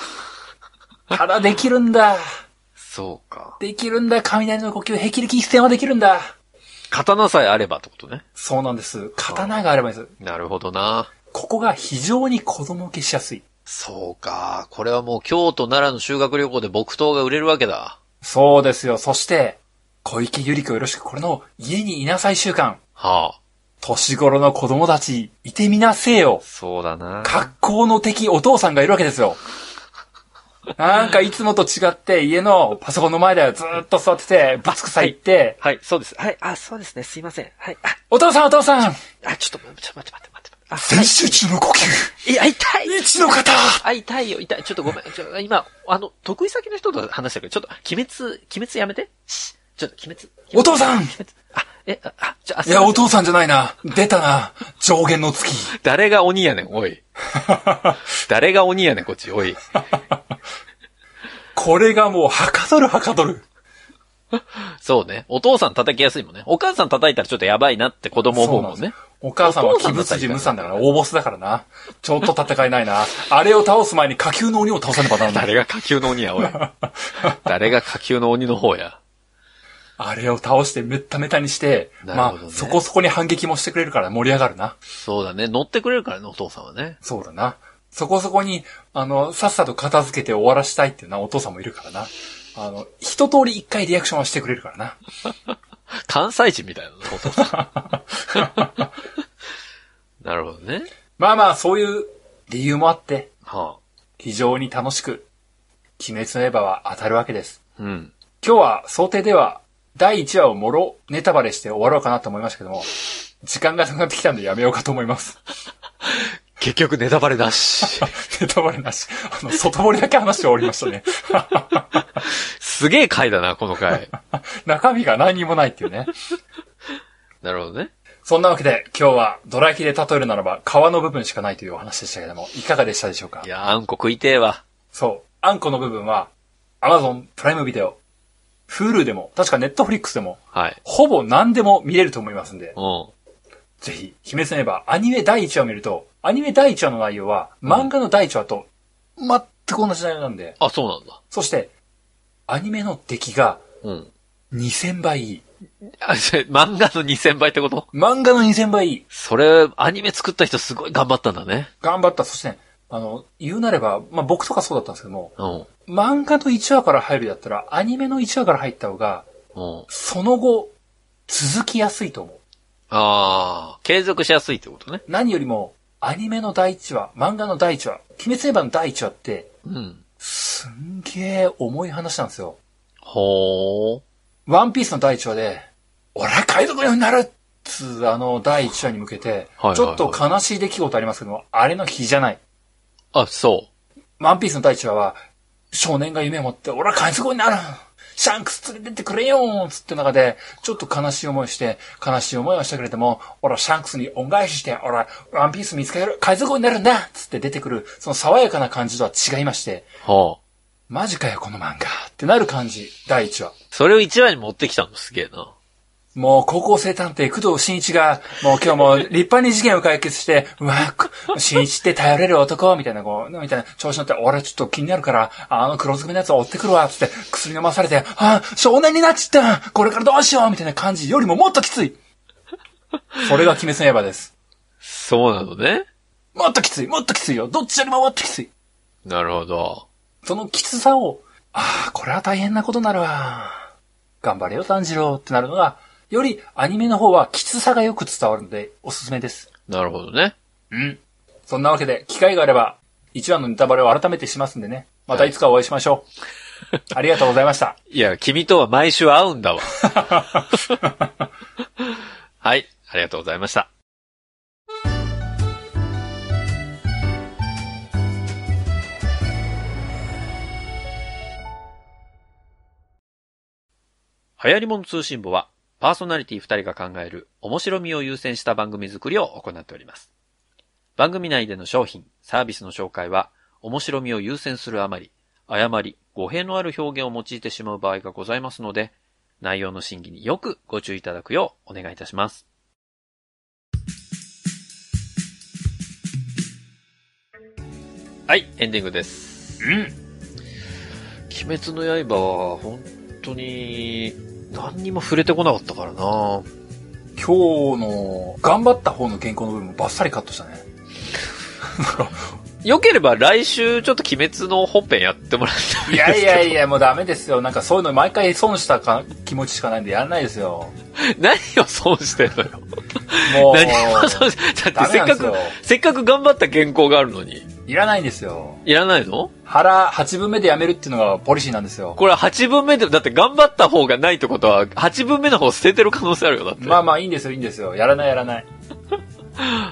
ただできるんだ。
そうか。
できるんだ。雷の呼吸、霹靂一閃はできるんだ。
刀さえあればってことね。
そうなんです。刀があればいいんです。
なるほどな。
ここが非常に子供受けしやすい。
そうか。これはもう京都奈良の修学旅行で木刀が売れるわけだ。
そうですよ。そして、小池百合子よろしく、これの家にいなさい習慣。
はあ。
年頃の子供たち、いてみなせよ。
そうだな。
格好の敵お父さんがいるわけですよ。なんかいつもと違って家のパソコンの前でずーっと座ってて、バツクさ言って、
はい、そうです。はい、あ、そうですね。すいません。はい、あ、
お父さんお父さん
あ、ちょっと、ちょっと待って待って待って。あ、
全集中の呼吸
いや、痛い
一の方
あ、痛いよ、痛い。ちょっとごめん。ちょ今、あの、得意先の人と話したけど、ちょっと、鬼滅、鬼滅やめて。シッちょっと、鬼滅。
お父さん
鬼滅あ、え、ああ、ちょ、あ、
いや、お
お
父さんじゃないな。出たな。上限の月。
誰が鬼やねん、お
<laughs>
い。誰が鬼やねん、こっち、おい。
これがもう、はかどるはかどる。
そうね。お父さん叩きやすいもんね。お母さん叩いたらちょっとやばいなって子供思うもんね。
お母さんは
お父さ
鬼
んだった
物
らいいかな
事無惨だから、大ボスだからな。ちょっと戦えないな。あれを倒す前に下級の鬼を倒さねばならない。
誰が下級の鬼
<laughs>
や、おい。誰が下級の鬼の方や。
あれを倒してめっためたにして、
なる
ま
ほど
あ、
ね
そこそこに反撃もしてくれるから盛り上がるな。
そうだね。乗ってくれるからね、お父さんはね。
そうだな。そこそこに、あの、さっさと片付けて終わらしたいっていうな、お父さんもいるからな。あの、一通り一回リアクションはしてくれるからな。
関西人みたいな、お父さん。
<laughs>
なるほどね。
まあまあ、そういう理由もあって、
は
非常に楽しく、鬼滅の刃は当たるわけです。
あ、うん。
今日は想定では、第1話をもろネタバレして終わろうかなと思いましたけども、時間がなくなってきたんでやめようかと思います。 <laughs>
結局ネタバレなし。
ネタバレなし。あの、外堀だけ話して終わりましたね。 <laughs>
すげえ回だな、この回。
中身が何にもないっていうね。
なるほどね。
そんなわけで、今日はドラキで例えるならば、皮の部分しかないというお話でしたけども、いかがでしたでしょうか
いや、あんこ食いてえわ。
そう。あんこの部分は、Amazon プライムビデオ、Hulu でも、確か Netflix でも、
はい。
ほぼ何でも見れると思いますんで、
うん。
ぜひ、鬼滅の刃、アニメ第1話を見ると、アニメ第1話の内容は、漫画の第1話と、全く同じ内容なんで、
あ、そうなんだ。
そして、アニメの出来が
うん。
2000倍いい。
あ、じゃ漫画の2000倍ってこと
漫画の2000倍いい。
それ、アニメ作った人すごい頑張ったんだね。
頑張った。そしてね、あの、言うなれば、まあ、僕とかそうだったんですけども、
うん。
漫画の1話から入るだったら、アニメの1話から入った方が、
うん。
その後、続きやすいと思う。
あー、継続しやすいってことね。
何よりも、アニメの第1話、漫画の第1話、鬼滅の刃の第1話って、
うん。
すんげえ重い話なんですよ。
ほー。
ワンピースの第1話で、俺は海賊になるっつうあの第1話に向けて
はいはいは、い
ちょっと悲しい出来事ありますけども、あれの日じゃない。
あ、そ
ワンピースの第1話は、少年が夢を持って、俺は海賊になるシャンクス連れてってくれよつって中で、ちょっと悲しい思いして、悲しい思いをしてくれても、俺はシャンクスに恩返しして、俺はワンピース見つける海賊になるんだつって出てくる、その爽やかな感じとは違いまして、
う。はあ。
マジかよこの漫画ってなる感じ、第1話。
それを1話に持ってきたのすげえな。
もう高校生探偵工藤新一が、もう今日も立派に事件を解決して、うわ、新一って頼れる男、みたいな、こう、みたいな、調子乗って、俺ちょっと気になるから、あの黒ずくめのやつを追ってくるわ、つって、薬飲まされて、あ、少年になっちったこれからどうしようみたいな感じよりももっときついそれが鬼滅の刃です。
そうなのね。
もっときついもっときついよどっちよりももっときつい
なるほど。
そのきつさを、ああ、これは大変なことになるわ。頑張れよ、炭治郎ってなるのが、よりアニメの方はきつさがよく伝わるので、おすすめです。
なるほどね。
うん。そんなわけで、機会があれば、一話のネタバレを改めてしますんでね。またいつかお会いしましょう。ありがとうございました。
いや、君とは毎週会うんだわ。はい、ありがとうございました。流行り物通信簿は、パーソナリティ2人が考える面白みを優先した番組作りを行っております。番組内での商品、サービスの紹介は、面白みを優先するあまり、誤り、語弊のある表現を用いてしまう場合がございますので、内容の審議によくご注意いただくようお願いいたします。はい、エンディングです。
うん。
鬼滅の刃は本当に何にも触れてこなかったからな
今日の、頑張った方の原稿の部分もバッサリカットしたね。
良ければ来週ちょっと鬼滅の本編やってもらったら
いやいやい
や。
や、 <laughs> もうダメですよ。なんかそういうの毎回損したか気持ちしかないんでやんないですよ。
何を損してんのよ。
<laughs> もう、
何を損 <laughs> してだっ
ダ
てせ
メな
っ
んで
か
すよ
く、。せっかく頑張った原稿があるのに。
いらないんですよ。
いらないの
腹8分目でやめるっていうのがポリシーなんですよ。
これ8分目で、だって頑張った方がないってことは、8分目の方捨ててる可能性あるよ、だって。
まあまあいいんですよ、いいんですよ。やらないやらない。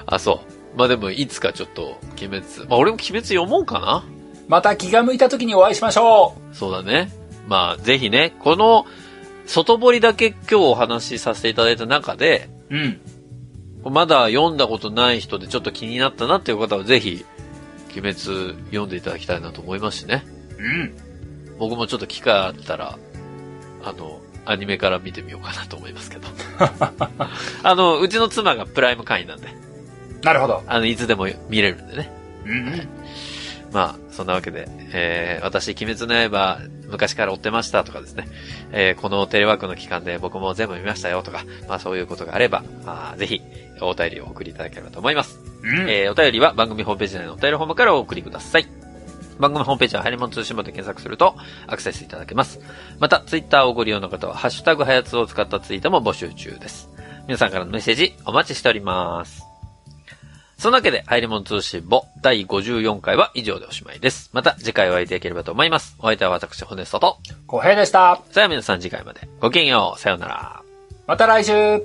あ、そう。まあでも、いつかちょっと、鬼滅。まあ俺も鬼滅読もうかな。
また気が向いた時にお会いしましょ
そうだね。まあ、ぜひね、この、外堀だけ今日お話しさせていただいた中で、
ううん。
まだ読んだことない人でちょっと気になったなっていう方は、ぜひ、鬼滅読んでいただきたいなと思いますしね。
うん。
僕もちょっと機会あったら、あの、アニメから見てみようかなと思いますけど。あの、うちの妻がプライム会員なんで、
なるほど。
あの、いつでも見れるんでね。
うん。
まあ、そんなわけで、えー、私、鬼滅の刃、昔から追ってましたとかですね、えー、このテレワークの期間で僕も全部見ましたよとか、まあそういうことがあれば、まあ、ぜひ、お便りをお送りいただければと思います。
うん。
えーお便りは番組ホームページ内のお便りフォームからお送りください。番組ホームページは、はやりもん通信簿で検索すると、アクセスいただけます。また、ツイッターをご利用の方は、ハッシュタグはやつを使ったツイートも募集中です。皆さんからのメッセージ、お待ちしております。そんなわけで、はやりもん通信簿第54回は以上でおしまいです。また次回お会いできればと思います。お相手は私、ホネストと。
小平でした。
さあ皆さん次回まで。ごきげんよう。さようなら。
また来週